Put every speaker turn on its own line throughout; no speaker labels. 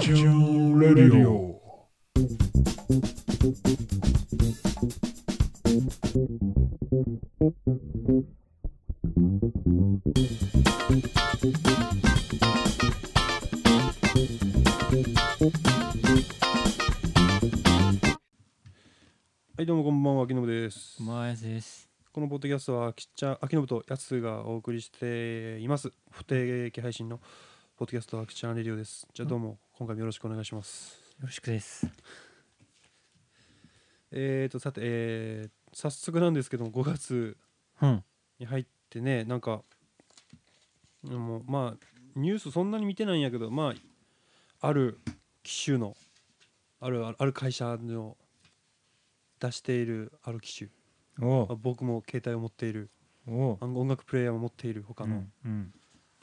チューレディオ。
はい、どうもこんばんは、秋信です。
まあやつです。
このポッドキャストは、きっちゃ、秋信とやつがお送りしています。不定期配信のポッドキャスト、秋ちゃんレディオです。じゃあどうも、今回もよろしくお願いします。
よろしくです。
えーと、さて、えー早速なんですけども、5月
うん。
に入ってね、なんか、もうまあ、ニュースそんなに見てないんやけど、まあ、ある機種の、ある、ある会社の出しているある機種、まあ
お
僕も携帯を持っている。
お。お
あの音楽プレイヤーも持っている他
う
の、
ん。うん。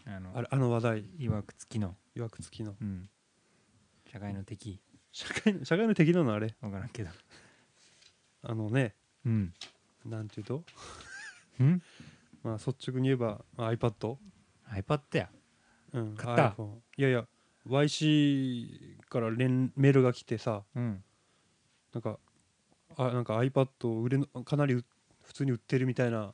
あの、
あれあの話題
いわくつきの。
いわくつきの
うん。社会の敵。
社会の社会の敵なのあれ
わからんけど。
あのね
うん。
なんていうと、
うん
まあ、率直に言えば、まあ、iPad、
?iPad や。
うん、
買った
iPhone いやいや YC から連メールが来てさ
うん。
なんかあなんか iPad を売れのかなりう普通に売ってるみたいな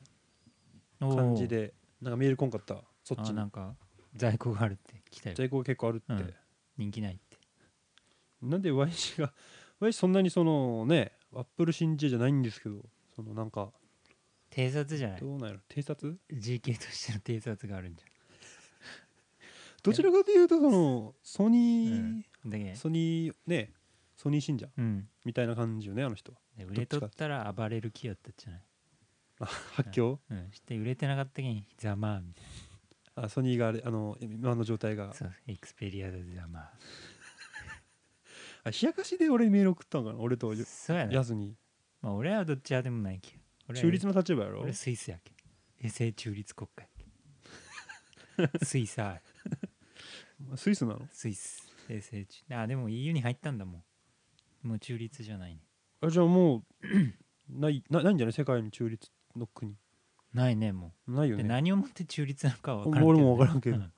感じでなんかメールこんかったそ
お
っ
ー。あ
ち
ーな
に
んか、在庫があるって来たよ。
在庫が結構あるって、
うん人気ないって。
なんで YC が YC そんなにそのねアップル信者じゃないんですけどそのなんか
偵察じゃない
ど。うなんやろ偵察
GK としての偵察があるんじ
どちらかというとそのソ
ゃ
ニ
ん。う
ー
ん、だけど
ソニーねソニー信者
うん。
みたいな感じよねあの人は
で売れとったら暴れる気やったじゃない。
あ発狂
うん。して売れてなかったけん、ざまあみたい
あソニーがあれあの今の状態が
な。そう。エクスペリアだぜざまあ。
あ冷やかしで俺にメール送ったんかな俺と
そうやな。
やすに
まあ俺らはどっち派でもないけど俺は
中立の立場やろ
俺スイスやけ衛星中立国家や けスイサー
スイスなの
スイス衛星中あでも EU に入ったんだもんもう中立じゃないね
あじゃあ もうないなないんじゃない世界に中立の国
ないねも、
ないうよ
で
ね
何をもって中立なのかは分からん
俺も分からんけど
ね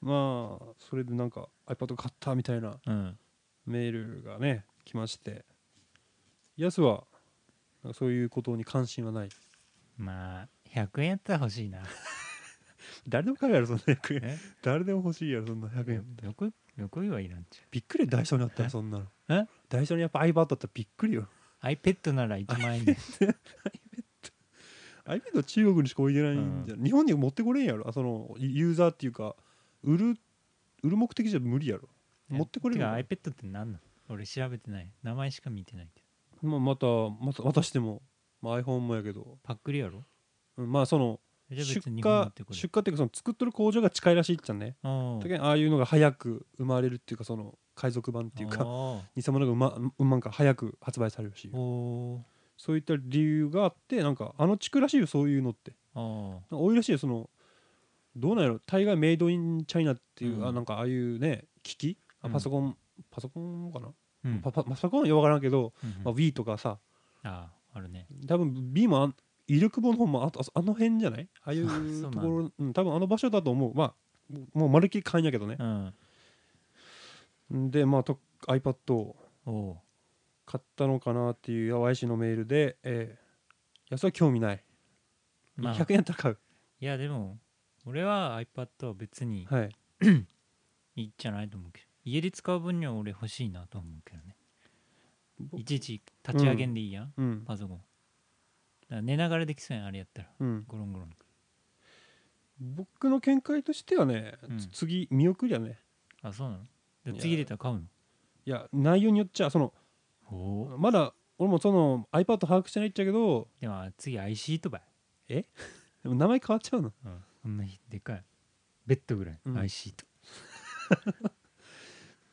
まあそれでなんか iPad 買ったみたいな
うん、うん
メールがね来ましてやすはなんかそういうことに関心はない
まあ100円やったら欲し いな
誰でも買うやろそんな100円
え
誰でも欲しいやろそんな100円
欲欲いはいらんち
びっくりよダイソーにあったら
え
そんなの
え
ダイソーにやっぱ iPad あったらびっくりよ
ゃう iPad なら1万円で
iPad は中国にしか置いてないんじゃ、日本に持ってこれんやろあそのユーザーっていうか売る売る目的じゃ無理やろ 持ってこれ
る
る
か
の
iPad って何なの俺調べてない名前しか見てないけど
まあ、またまた渡しても、まあ、iPhone もやけど、
パックリやろ
うん、まあその
じゃあ
出
別
荷
に
出
日
荷
本
っ
って
い
て
う
こ
か
と
その作っとる工場が近いらしいっちゃね
あ
だ
あ
けどああいうのが早く生まれるっていうかその海賊版っていうか
お
偽物がうまうまんか早く発売されるし
ーお
そういった理由があってなんかあの地区らしいよそういうのって
ーお
なんか多いらしいよそのどうなんやろ大概メイドインチャイナっていう、
うん
あなんかああいうね機器あ
うん
パソコン、パソコンかな、
ーうん
パパパソコンは分からんけど、
うん
まあ、Wii とかさ
あああるね
多分 B もあん威力本の方もあとあそあの辺じゃないああい
そうなん
う
だ
ところうん、多分あの場所だと思うまあもうまるっきり買いんやけどね
う、ん
でまあと iPad を
おお
買ったのかなっていう淡い氏のメールで、えー、いやそれは興味ない、
ーまあ
100円高う
いやでも俺は iPad は別に
はい
いいんじゃないと思うけど家で使う分には俺欲しいなとは思うけどね
ぼ
いちいち立ち上げんでいいやん、
うん
パソコンだから寝ながらできそうやんあれやったら
うん
ゴロンゴロン
僕の見解としてはね、
うん
つ次見送りやね
あそうなの
い
で
や
次出たら買うの
いや内容によっちゃその
おお
まだ俺もその iPad 把握してないっちゃけど
でも次 IC とばい、
でも名前変わっちゃうの
うん、こんなひでかいベッドぐらい、
うん
IC と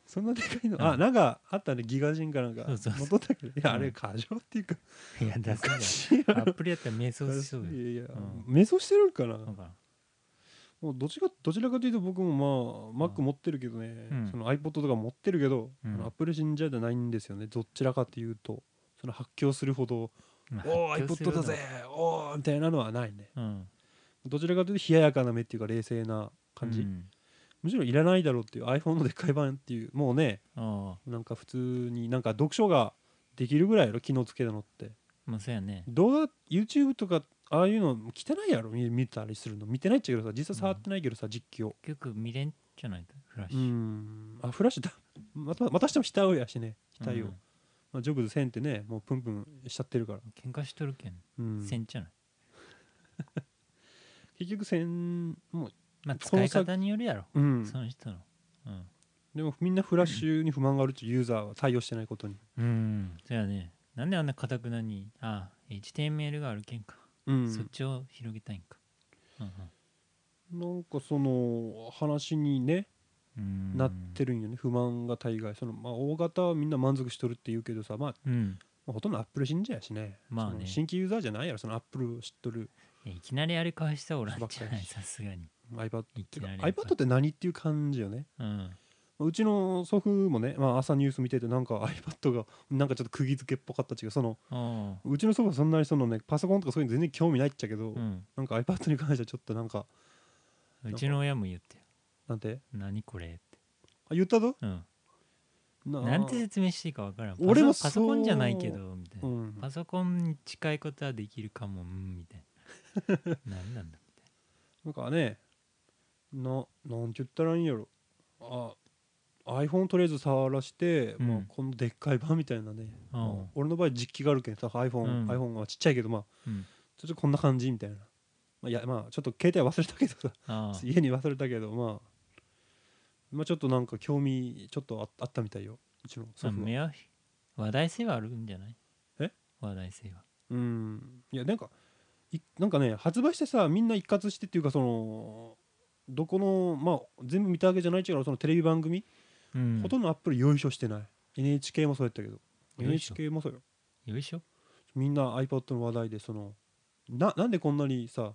そんなでかいの、
うん
あなんかあったねギガ人かなんか
そうそうそう
戻ったけどいや
うん
あれ過剰っていうか
いや出
おか
す
しい
んだアプリやったら瞑想しそうだよ
いやいや、
う
迷走してるんかな、
だから
もうどっちかどちらかというと僕もまあ Mac 持ってるけどね、
うん
その iPod とか持ってるけど、
うん
あの Apple 信者じゃないんですよねどちらかというとその発狂するほど
ま
「
あ
おお
発狂する
iPod だぜおお」みたいなのはないね
のはうん
どちらかというと冷ややかな目っていうか冷静な感じ、
うん
むしろいらないだろうっていう iPhone のでっかい版っていうもうね
ああ
なんか普通になんか読書ができるぐらいやろ機能つけたのって
まあそうやね
動画 YouTube とかああいうの汚いやろ見見たりするの見てないっちゃけどさ実際触ってないけどさ、実況
結局見れんじゃないとフラッシ
う
ュ、
んあフラッシュだまたまたしても額をやしね額を、
うん
まあ、ジョブズ1000ってねもうプンプンしちゃってるから、
喧嘩しとるけん、
うん、
せんじゃない
結局1000も
まあ
こ
使
の
い
先
方によるやろ、
う、うん、
その人のうん
でもみんなフラッシュに不満があるっていうユーザーは対応してないことに
うんそうやねなんであんなかたくなにああ HTML があるけんか、
うん
そっちを広げたいんか、うん
なんかその話にね
うんうん、
なってるんよね不満が大概そのまあ大型はみんな満足しとるって言うけどさまあ
うん
まあほとんどアップル信者やしね
まあね
その新規ユーザーじゃないやろそのアップルを知っとる
いやいきなりあれ買わしたおらんじゃ
ばっか
ない
り
さすがに
iPad
いきなり
iPad って何っていう感じよね
うん
まあうちの祖父もね、まあ、朝ニュース見ててなんか iPad がなんかちょっと釘付けっぽかったっちゅうかその
ああ
うちの祖父はそんなにそのねパソコンとかそういうの全然興味ないっちゃけど、
うん
なんか iPad に関してはちょっとなんか
うちの親も言ってよ
なんて
何これって
あ言ったぞ
うん
な
なんて説明していいかわからんパソ
俺も
パソコンじゃないけ
そ
どみたいうな、
ん、
パソコンに近いことはできるかもうんみたい な何なんだ
なんかねななんて言ったらいいんやろあ iPhone とりあえず触らして、
うん
まあ、このでっかい版みたいなね、
うん
まあ俺の場合実機があるけんさ iPhone,、
うん
iPhone はちっちゃいけどまあ
うん
ちょっとこんな感じみたいな、まあ、いやまあちょっと携帯忘れたけどさ
ああ
家に忘れたけどまあまあちょっとなんか興味ちょっとああったみたいようちの
ま
祖
あ
父は
目は話題性はあるんじゃない
え
話題性は
うんいやなんかいなんかね発売してさみんな一括してっていうかそのどこのまあ全部見たわけじゃないっちゃうからそのテレビ番組、
うん
ほとんどアップルよいしょしてない NHK もそうやったけど
よいしょ
NHK もそうよ
よいしょ
みんな iPad の話題でそのななんでこんなにさ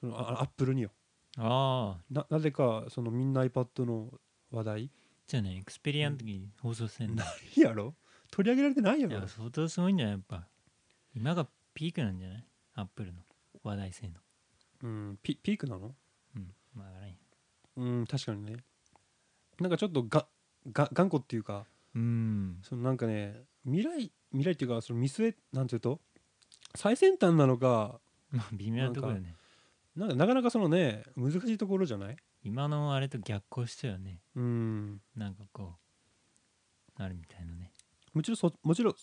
そのあアップルによ
ああ
ななぜかそのみんな iPad の話題
じゃあねエクスペリアの時に放送せん
な
だ、
いやろ取り上げられてないや
い
ろ
や相当すごいんじゃないやっぱ今がピークなんじゃないアップルの話題性の
うんピピークなの
うんまああれ
うん確かにねなんかちょっとがが頑固っていうか
うん
そのなんかね未来未来っていうかその見据えなんていうと最先端なのか
まあ微妙なところよね
なんかなかなかそのね難しいところじゃない
今のあれと逆行したよね
うん
なんかこうあるみたいなね
むしろそもちろん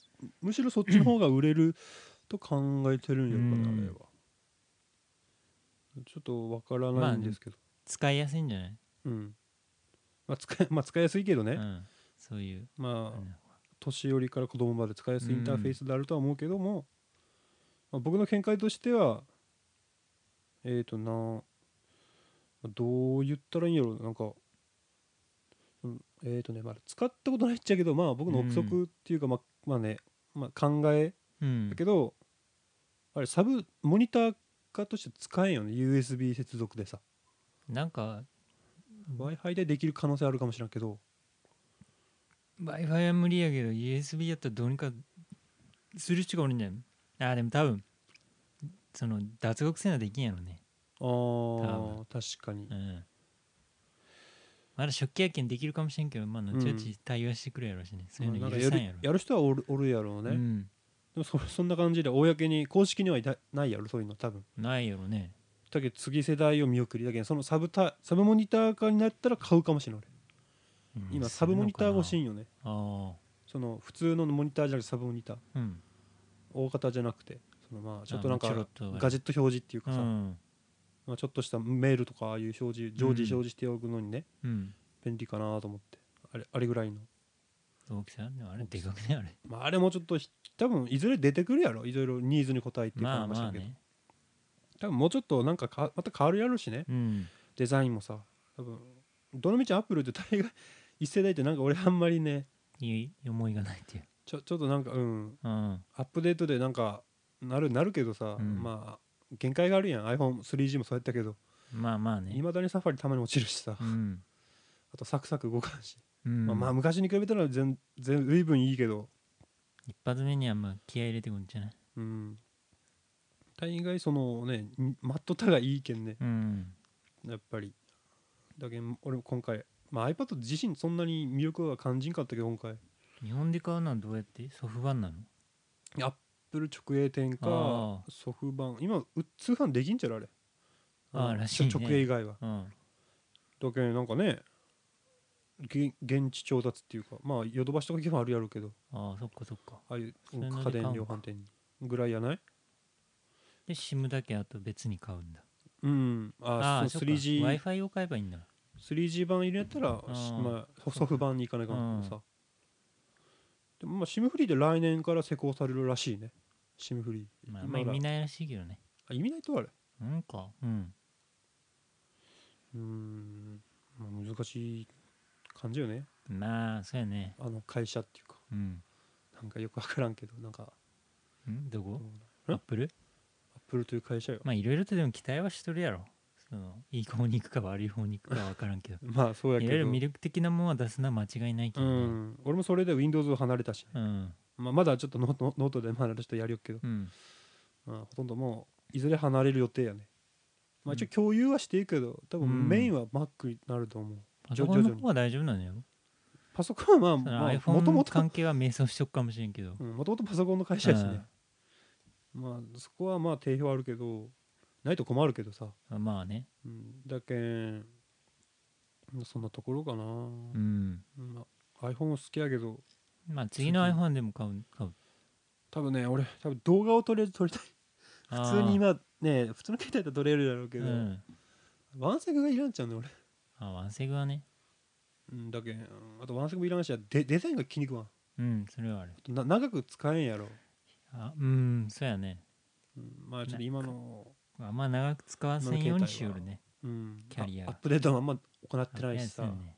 むしろそっちの方が売れる と考えてるんやろか
うん
なあれはちょっとわからないんですけど、
使いやすいんじゃない、
うんまあ、使いまあ使いやすいけどね、
うん、そういう
まあ
うん
年寄りから子供まで使いやすいインターフェースであるとは思うけども、まあ、僕の見解としてはえっ、となまあどう言ったらいいんやろうなんか、うん、えっ、とね、まあ、使ったことないっちゃけどまあ僕の憶測っていうか、まあ、まあね、まあ、考え
うん
だけど、あれサブモニター化として使えんよね USB 接続でさ
なんか
w i f i でできる可能性あるかもしれんけど
w i f i は無理やけど USB やったらどうにかする人がおるんじゃないあーでも多分その脱獄せなできんやろね
あー確かに
うんまだ食器やけんできるかもしれんけどまあ後々対応してくれやろしね、そういう
まあ
の
なん
許
かや
さんや
る
ろ
やる人はおるおるやろうね、
う
で
ん、
もそそんな感じで公に公式にはいたないやろそういうの多分
ないやろね
だけど次世代を見送りだけどそのサブタサブモニター化になったら買うかもしれない
うん
今サブモニター欲
す
しい
る
んよね
のかなあ
その普通のモニターじゃなくてサブモニター
あうん
大型じゃなくてそのまあちょっとなんか
あまあちょろっと
ガジェット表示っていう
う
かさ、
ん
まあ、ちょっとしたメールとかああいう表示常時
う
表
ん
示しておくのにね、
うん
便利かなと思ってあれあれぐらいの、
大きさでもあれ
大き
で
さ
かくねあれ
まあ、あれもちょっとひ多分いずれ出てくるやろいろいろニーズに応えてい
ま
か
あ
なし
ま
ら
あ
んけど、
ね
多分もうちょっとなんかかまた変わるやろうしね
うん
デザインもさ多分どのみちアップルって大概 一世代ってなんか俺あんまりね
いい思いがないっていう
ちょちょっとなんかうん
うん
アップデートでなんかなるなるけどさ、
うん
まあ限界があるやん iPhone3G もそうやったけど
まあまあね
いま、だにサファリたまに落ちるしさ、
うん
あとサクサク動かんし、
うん
まあ、まあ昔に比べたら全然随分いいけど
一発目にはまあ気合い入れてくるんじゃない
うん大概そのねんマットタがいいけんね
うん
やっぱりだけん俺も今回、まあ、iPad 自身そんなに魅力は感じんかったけど今回
日本で買うのはどうやってソフトバンなの
アップル直営店か
あ
ソフバン今う通販できんじゃろあれ
あー
うん
らしいね
直営以外は
うん
だけんなんかねげ現地調達っていうかまあヨドバシとか行けばあるやろうけど
ああそっかそっか
ああいう
そういうので
家
買うの
電量販店にぐらいやない
で SIM だけあと別に買うんだ
うんあ
あ
あ
あ
そ
そ
う
っか
3G
w i f i を買えばいいんだ
3G 版入れたら、
うん
しまあ、
そうか
ソフ版に行かないかんけどさ、でもまあ SIM フリーで来年から施行されるらしいね SIM フリー
まああんまり
今だ
見ないらしいけどね
あ意味ないとあれ
なんかうん
うーん、まあ、難しい感じよね
まあそうやね
あの会社っていうか
うん
なんかよくわからんけどなんか
んどこ
え
アップル
アップルという会社よ
まあいろいろとでも期待はしとるやろそのいい方に行くか悪い方に行くかは分からんけど
まあそうやけ
い
ど
ろいろ魅力的なものは出すのは間違いないけ
う
どね
ん、俺もそれで Windows を離れたしね、
うん
まあ、まだちょっ とノートノートでまだちょっとやりよっけど、
うん
まあ、ほとんどもういずれ離れる予定やねまあ一
う
応共有はしていくけど多
うん
分メインは Mac になると思う、
パソコンの方は大丈夫なのよ
パソコンは
そ
まあ、
の
まあ、もと
iPhone
も
の
と
関係は迷走しとくかもしれんけど
もともとパソコンの会社やしね、まあそこはまあ定評あるけどないと困るけどさ、
うんまあね
うん、だけんそんなところかな、
うん
まあ、iPhone 好きやけど
まあ次の iPhone でも買う買う
多分ね俺多分動画をとりあえず撮りたい
あ
普通
ー
に今ね普通の携帯だったら撮れるだろうけど、
うん
ワンセグがいらんちゃうね俺、
あワンセグはね
うん、だけんあとワンセグもいらんしやデデザインが気に食わん
うんそれはある
な長く使えんやろ、
あうんそうやね
うんまあちょっと今の、
あんま長く使わせんようにしよるね
うん、
キャリア
あアップデートはあんま行ってないしさ、
あそうやね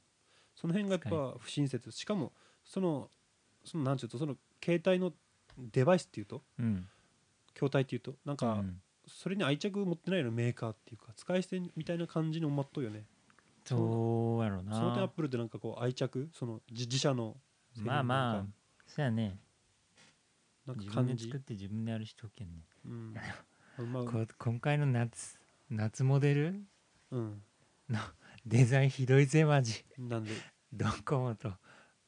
その辺がやっぱ不親切しかもそのそのなんちゅうとその携帯のデバイスっていうと
うん
筐体っていうとなん
う
か
ん
それに愛着持ってないのメーカーっていうか使い捨てみたいな感じに思っとうよね
どうやろうな
その点アップルってなんかこう愛着その自自社の製品
まあ
な
まあ
んか
そうやね
なん
自
か
分
感
で
じ
作って自分でやる人けんね
うんまあ
こ今回の夏夏モデル
うん
デザインひどいぜマジ
なんで
ドコモと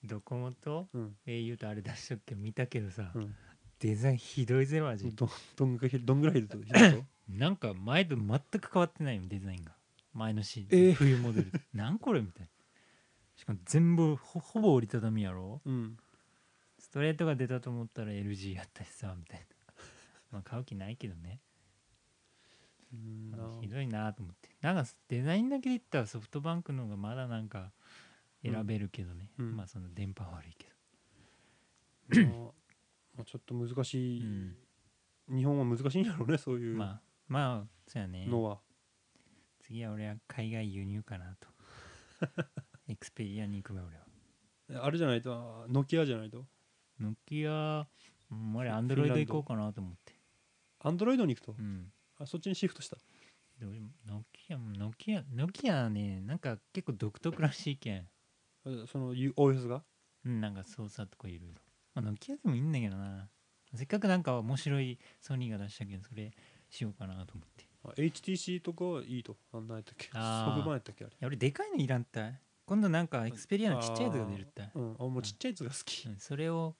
ドコモと
うん
au とあれ出しとっけ見たけどさ、
うん
デザインひどいぜマジ
どどんぐらいどんぐらいいるとひど いと
なんか前と全く変わってないよデザインが前のシーン、
えー
冬モデル なんこれみたいなしかも全部ほほぼ折りたたみやろ
うん
ストレートが出たと思ったら LG やったしさみたいなまあ買う気ないけどね
うん
ま
な
あひどいなと思ってなんかデザインだけで言ったらソフトバンクの方がまだなんか選べるけどね、
うんうん
まあその電波は悪いけど
まあまあちょっと難しい、
うん
日本は難しいんやろうねそういう
まあまあそうやね
のは、
次は俺は海外輸入かなと エクスペリアに行くわ俺は
あれじゃないとあノキアじゃないと
ノキアうん俺
フィ
アンドロイ
フィンラ
ド
ンド
行こうかなと思って
アンドロイドに行くと、
うん
あそっちにシフトした
どうノキアノキアノキアねなんか結構独特らしいけん
あその U- OS が
うんなんか操作とかいろいろまあノキアでもいいんだけどなせっかくなんか面白いソニーが出したけどそれしようかなと思ってい
あ HTC とかはいいとあんなやったっけソフ
あ
バ
ー
ンやったっけあれ
や俺でかいのいらんったい今度なんかエクスペリアのちっちゃいやつが出るったい、
うんあもうちっちゃいやつが好き、
うん、それを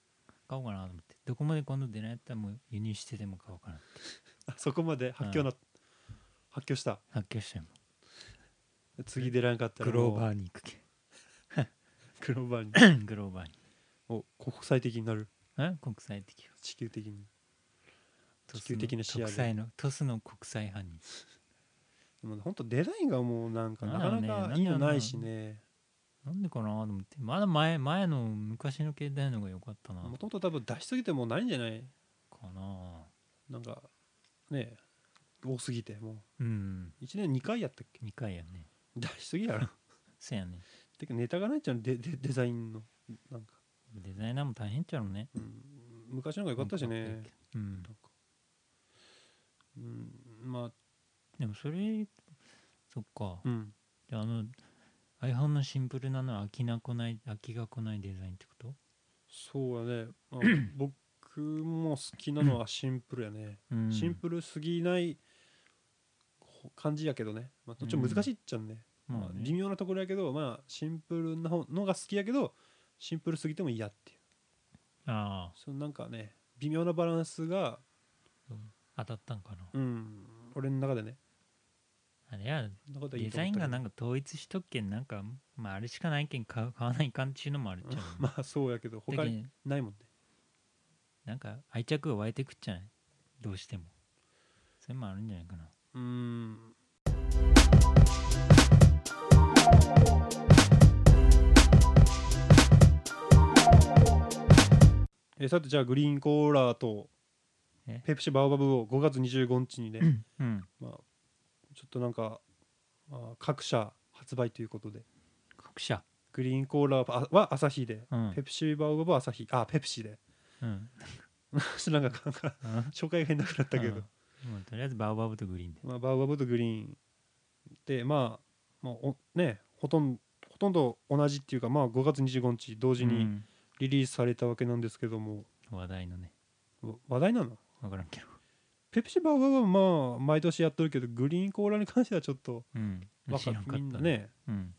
買おうかなと思ってどこまで今度出ないやったらもう輸入してでも買おうかなって
あそこまで発狂な、発狂した
発狂したよ
次出らんかったら
グロー
ー
バーに行くけ
グローバーに
グローバーに
お国際的になる
え国際的よ
地球的に地球的な視野
国
で
際のトスの国際派に
もうほんとデザインがもうなんかな
なんやろ
か
ね
なかいいのないしね
なんでかなと思ってまだ前前の昔の携帯の方が良かったな
もともと多分出しすぎてもうないんじゃない
かな
なんかねえ多すぎても
うん
う1年2回やったっけ
2回やね
出しすぎやろ
そやね
てかネタがないっちゃうのデデデザインのなんか、
デザイナーも大変っちゃろうね
うん、昔の方が良かったしねなんか
うん
うんまあ
でもそれそっか
うん
であの iPhone のシンプルなのは飽きなこない飽きがこないデザインってこと
そうやね、ま あ僕も好きなのはシンプルやね、
うん
シンプルすぎないほ感じやけどね、まあ、ちょっと難しいっちゃうね、ま
ま
あ
あね
微妙なところやけどまあシンプルな方のが好きやけどシンプルすぎても嫌っていう
あ
そのなんかね微妙なバランスが
あ当たったんかな
うん俺の中でね
あれや
そんなことはい
デ
いと思った
ザイン
けど
がなんか統一しとっけんなんかまああれしかないけん買う買わないかんっていうのもあるっちゃう
まあ そうやけど他
だけ
に
ん
ないもんね
なんか愛着が湧いてくっちゃないどうしてもそれもあるんじゃないかな
うんえさてじゃあグリーンコーラと
え
ペプシバオバブを5月25日にね、
うん
まあ、ちょっとなんか、まあ、各社発売ということで
各社
グリーンコーラはあはアサヒで、
うん
ペプシバオバブはアサヒあペプシで
うん
なんかなんか
うん
紹介が変なくなったけど、
うんもうとりあえずバオバブとグリーンで
まあ、バウバブとグリーンでまあ、まあ、おねほとんどほとんど同じっていうかまあ5月25日同時
う
に
ん
リリースされたわけなんですけども、
話題のね
わ話題なの
わからんけど
ペプシバウバブはまあ毎年やってるけどグリーンコーラに関してはちょっと
うん
わ
知
から
んかった
みんなね
うん、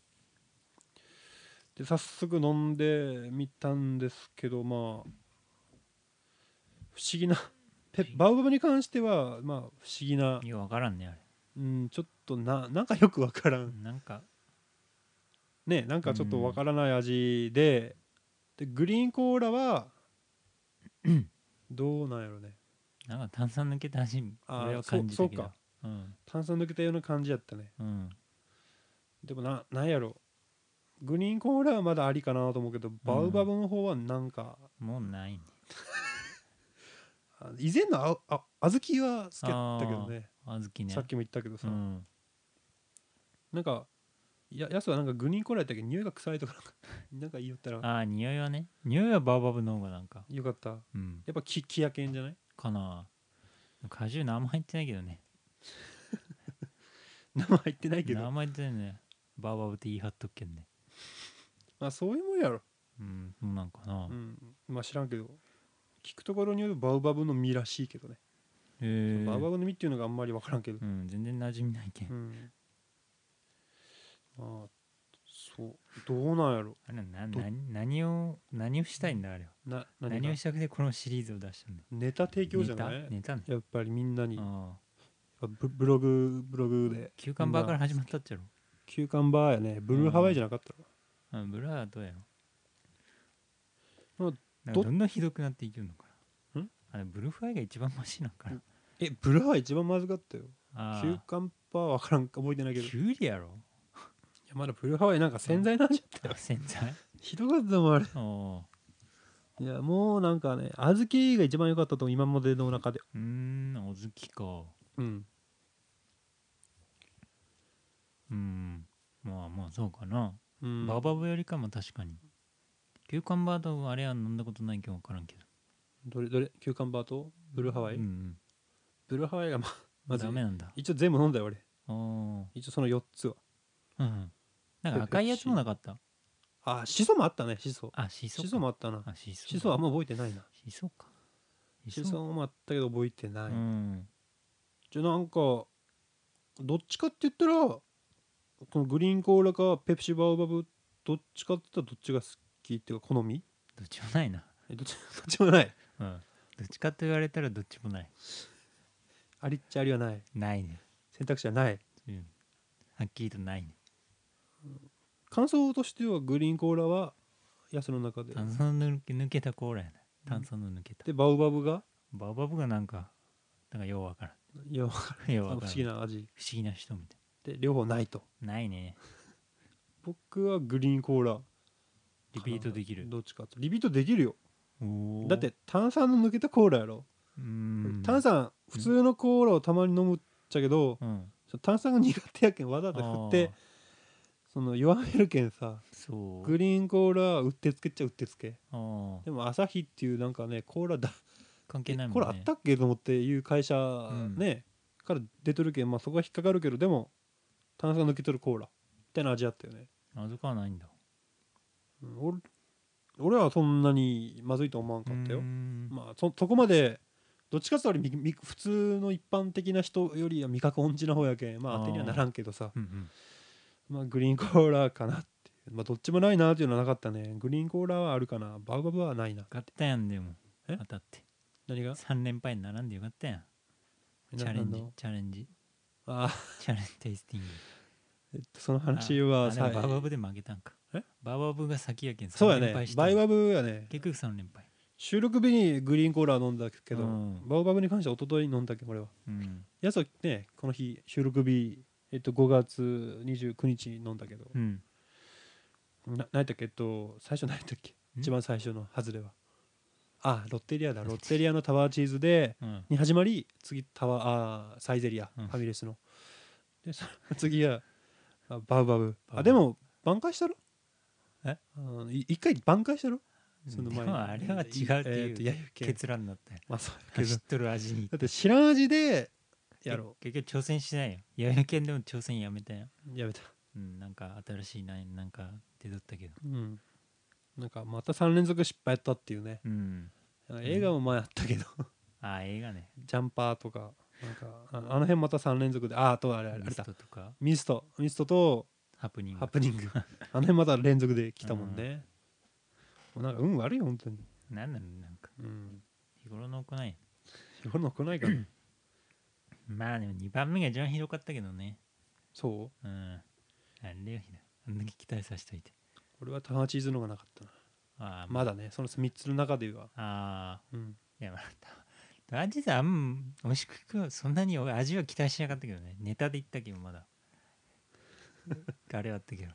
で早速飲んでみたんですけどまあ不思議なペバウバブに関してはまあ不思議ない
やわからんねあ
うん、ちょっとななんかよくわからん
れなんか
ねなんかちょっとわからない味で,、でグリーンコーラはどうなんやろね
なんか炭酸抜けた味
あー
俺は感じたけど
そうそう
うん
炭酸抜けたような感じやったね
うん
でもななんやろグリーンコーラはまだありかなと思うけどバウバブの方はなんか、
もうないね
あ以前のああ小豆は好きやったけどね
小豆ね
さっきも言ったけどさ、
うん
なんかややすはなんかグリーンコーラやったけど匂いが臭いとかなん かなんか言いよったら
ああ匂いはね匂いはバオバブの方がなんか
よかったや
うん
っぱききやけんじゃない
かな果汁何も入ってないけどね
生入ってないけど
何も入ってないねバオバブって言い張っとっけんね
まあそういうもんやろ
うんそうなんかな
うん、まあ知らんけど聞くところによるバウバブの実らしいけどね、
へえ
バウバブの実っていうのがあんまり分からんけど、
うん全然馴染みないけん
うんまあそうどうなんやろ
あれはな
ど
な何を何をしたいんだあれは
な何
何
が
をしたくてこのシリーズを出したんだ
ネタ提供じゃない、
寝た寝たね
やっぱりみんなに
ああ
ブブログブログで
休館バーから始まったっちゃろ
休館バーやねブルーハワイじゃなかったの、
うんブラはどうや
ま
ろ
あ
なん
ど
かどんどんひどくなっていくのかなんあれブルーフライが一番マシなんかな
えブルーハワイ一番まずかったよ
あ
休
あ
館バーは分からんか覚えてないけどい
キュウリやろ
やまだブルーハワイなんか潜在なんじゃったよ
あ洗剤
ひどかったもんあれ
おお
いやもうなんかね小豆が一番良かったと思う今までの中で
うーん小豆か
うん
うんまあまあそうかな、
うん
バオバブよりかも確かにキュウカンバーとあれは飲んだことないけど分からんけど
どれどれ休館バーとブルーハワイ、
うんうん
ブルーハワイがままずい
ダメなんだ
一応全部飲んだよ俺
おお
一応その4つは
うんうんなんか赤いやつもなかった
あシソもあったねシソ
あシソ
シソもあったな
あシソ
シソはあんま覚えてないな
シソか
シソもあったけど覚えてない、
うん
じゃあなんかどっちかって言ったらこのグリーンコーラかペプシバウバブどっちかって言ったらどっちが好きっていうか好み
どっちもないな
えどっち どっちもない
うんどっちかと言われたらどっちもない
ありっちゃありはない
ないね
選択肢はない
うんはっきりとないね
感想としてはグリーンコーラは安の中で
炭酸の抜け抜けたコーラやな炭酸の抜けた
でバウバブが
バオバブがなんかなんかようわから
いや
んよう
不
わ
思
からん
議な味
不思議な人みたい
で両方ないと
ないね
僕はグリーンコーラ
リピートできる
どっちかとリピートできるよ
おー
だって炭酸の抜けたコーラやろ、
うーん
炭酸普通のコーラをたまに飲むっちゃけど、
うん
その炭酸が苦手やけんわざわざ振って
あー
その弱めるけんさ
そう
グリーンコーラはうってつけっちゃうってつけ
あー
でも朝日っていうなんかねコーラだ
関係ないもん
こ
ね
れあったっけと思っていう会社
ん
ね、から出とるけん、まあ、そこは引っかかるけどでも炭酸抜けとるコーラみたいな味だったよね、
あそこはないんだ
うん俺俺はそんなにまずいと思わんかったよ
うーん
まあそそこまでどっちかっていうと俺みみ普通の一般的な人よりは味覚音痴な方やけんまあ当てにはならんけどさ
うんうん
まあグリーンコーラかなっていうまあどっちもないなっていうのはなかったねグリーンコーラはあるかなバウバブはないな
勝ったやんでも
え
当たって
何が
3連敗に並んでよかったやんチャレ
な
ンジ
なんの
チャレンジ
あ
チャレンジテイスティング
えっとその話は
あ
さ
でもバーバブで負けたんか
え
バーバブが先やけん
そう
3
や
連
ね
敗して
バイバブやね
結局3連敗
収録日にグリーンコーラ飲んだけど、
うん
バオバブに関しては一昨日飲んだっけこれは
うん、
やつはねこの日収録日えっと5月29日に飲んだけど、
うん、
な何やったっけえっと最初何やったっけ
ん
一番最初のハズレはあロッテリアだロッテリアのタワーチーズで
うん、
に始まり次タワーあーサイゼリア、
うん
ファミレスのでそ 次はあバウバブ
バウバブ
あでも挽回したろ
え
うんい一回挽回したろその前に
でもあれは違うっていう、
えーとやゆけん
結論だったよ
まあそうやけ
走
ど
っとる味に
だって知らん味でやろ
結結局挑戦しないよやゆけんでも 挑戦やめたよ、
うやめた
うん、なんか新しいななんか出とったけど
うんなんかまた3連続失敗やったっていうね
うん
映画も前あったけど
ああ映画ね
ジャンパーとかなんかああの辺また3連続でああとあれあれあ
ミ
れ
ス
だ
トとか
ミストミストと
ハプニング
ハプニングあの辺また連続で来たもんね、もうなんか運悪いよ本当に
なんなのなんか
うん
日頃の行い
日頃の来ない から
まあでも2番目が一番ひどかったけどね
そう
うんあれよひどいあんだけ期待させといて
俺はタワーチーズのがなかったな
ああ
まだねその3つの中では
ああ
うん
いやまた味さん美味しく食うそんなに味は期待しなかったけどねネタで言ったけどま だあれはあったけど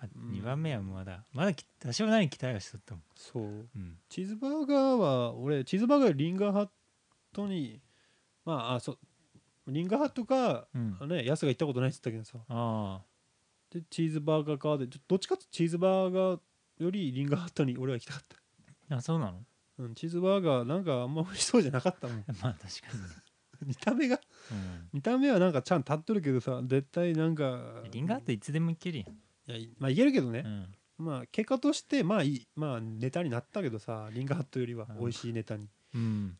あ
ん
2番目はまだまだき多少なりに期待はしとったもん
そう
うん
チーズバーガーは俺チーズバーガーよりリンガーハットにまああそうリンガーハットか、
うんあ
ねヤスが行ったことないって言ったけどさ
あ
でチーズバーガーかでちょどっちかっていうとチーズバーガーよりリンガーハットに俺は行きたかった、
あそうなの
うん、チーズバーガーなんかあんま美味しそうじゃなかったも ん
まあ確かにね、
見た目が見た目はなんかちゃんと立っとるけどさ絶対なんか
うん、リンガーっていつでもいけるやん、
いやいまあいけるけどね
う、ん、
まあ結果としてまあいいまあネタになったけどさリンガーハットよりは
うん
美味しいネタに、
うん、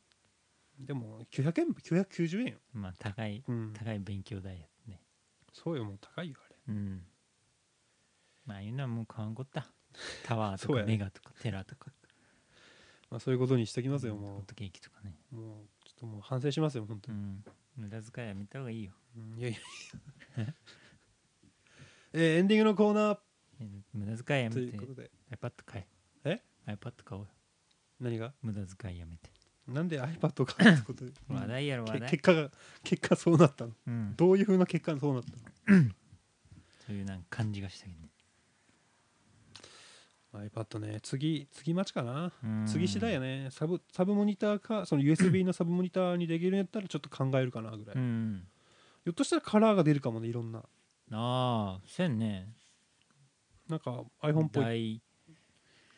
でも900円990円よ、
まあ高い
うん、
高い勉強代やってね
そうよもう高いよあれ
うんまあああいうのはもう買わんこ ったタワーと
そう
か
やね
メガとかテラとか
まあ、そういうことにしときますよ、
うんホ
も
ットケーキとかね
う。もう、ちょっともう反省しますよ、本当
う
に。
ん、無駄遣いはやめた方がいいよ。
うんいやいやいや えーエンディングのコーナ
無駄遣いや
ーと
め
い
て
うことで、
iPad 買
え
え。iPad 買おうよ。
何が
無駄遣いやめて。
なんで iPad を買うって ことで
話題やろ
け
話題
結。果が、結果そうなったの。
うん。
どういう風な結果がそうなったの
そういうなんか感じがしたけどね。
iPad ね、次、次待ちかな。
うん
次次第やね、サブ、サブモニターか、その USB のサブモニターにできるんやったらちょっと考えるかなぐらい。
う
ひ
ん。
ょっとしたらカラーが出るかもね、いろんな。
ああ、せんね。
なんか iPhone っぽい。
大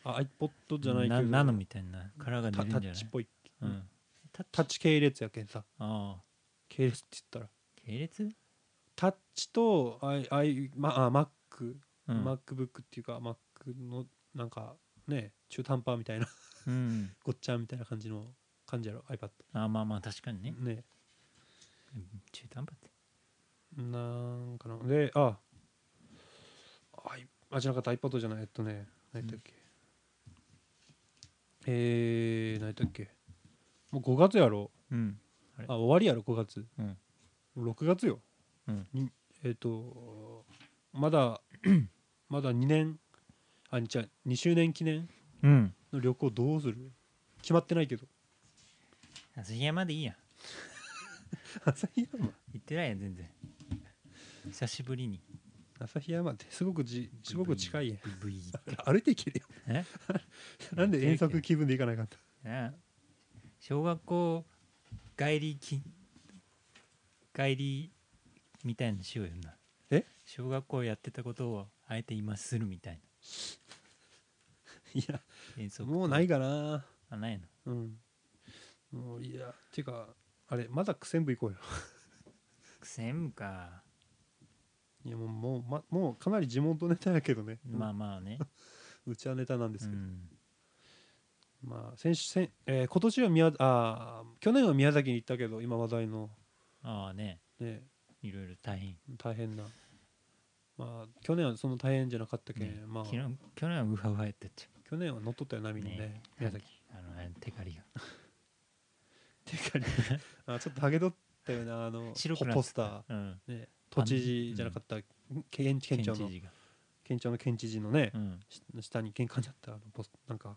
あ、iPod じゃないけ
な
ど。
ナノみたいなカラーが
タ
出
タ
るんじゃ
ッ
な
チっ
い
ぽい。
うん。タッ
タッ
チ。
チ系列やけんさ
ああ。
系列って言ったら
系列
タッチとあいあい、ま、あ Mac、
うん。
MacBook っていうか Mac のなんかね中途半端みたいな
うん。
ごっちゃみたいな感じの感じやろ iPad
ああまあまあ確かにね。
ね
うん中途半端って。
なんかなでああいあじゃなかった iPad じゃないえっとね何やったっけ、えー、何やったっけもう5月やろ
うん。
あ終わりやろ5月
うん。
6月よ
うん。
えっ、とまだまだ2年あ違う2周年記念
うん。
の旅行どうする決まってないけど
旭山でいいや。
旭山
行ってないやん全然。久しぶりに。
旭山ってすごくじすごく近いやん
ブイーって。
歩いていけるよ
え
なんで遠足気分で行かなかった
ね小学校帰りき帰りみたいにしようよな
え
小学校やってたことをあえて今するみたい
いや
な演奏
もうないかな
あないの
うんもういやてかあれまだ苦戦部行こうよ
くせんか
いやもうもう,、ま、もうかなり地元ネタやけどね、
まあまあね、
うちはネタなんです
う
けど、
ん、
まあ先週先、えー今年は宮あー去年は宮崎に行ったけど今話題の
ああね
ね
いろいろ大変
大変な、ままあ去年はその大変じゃなかったけん、
ね
まあ
昨日去年はウハウハやったっちゃ
去年は乗っとったよ波にね
ね
宮崎
うあのあのテカリが
てかねあちょっとハゲ取ったよなあの
白くなった
ポスタ
うん
ー、ね、都知事じゃなかった、県知県庁の
知事が
県庁の県知事のね
う、ん
し下に玄関にあったあのポスなんか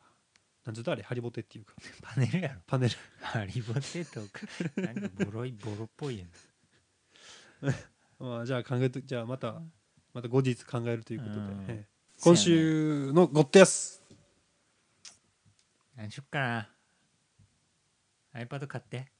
なんつうとあれハリボテっていうか
パネルやろ
パネル
ハリボ テとかなんかボロいボロっぽいやん
まあじゃあ考えとじゃあまたまた後日考えるということで、
うん
ええ今
そうやね
週のゴッドやす
何しよっかな iPad 買って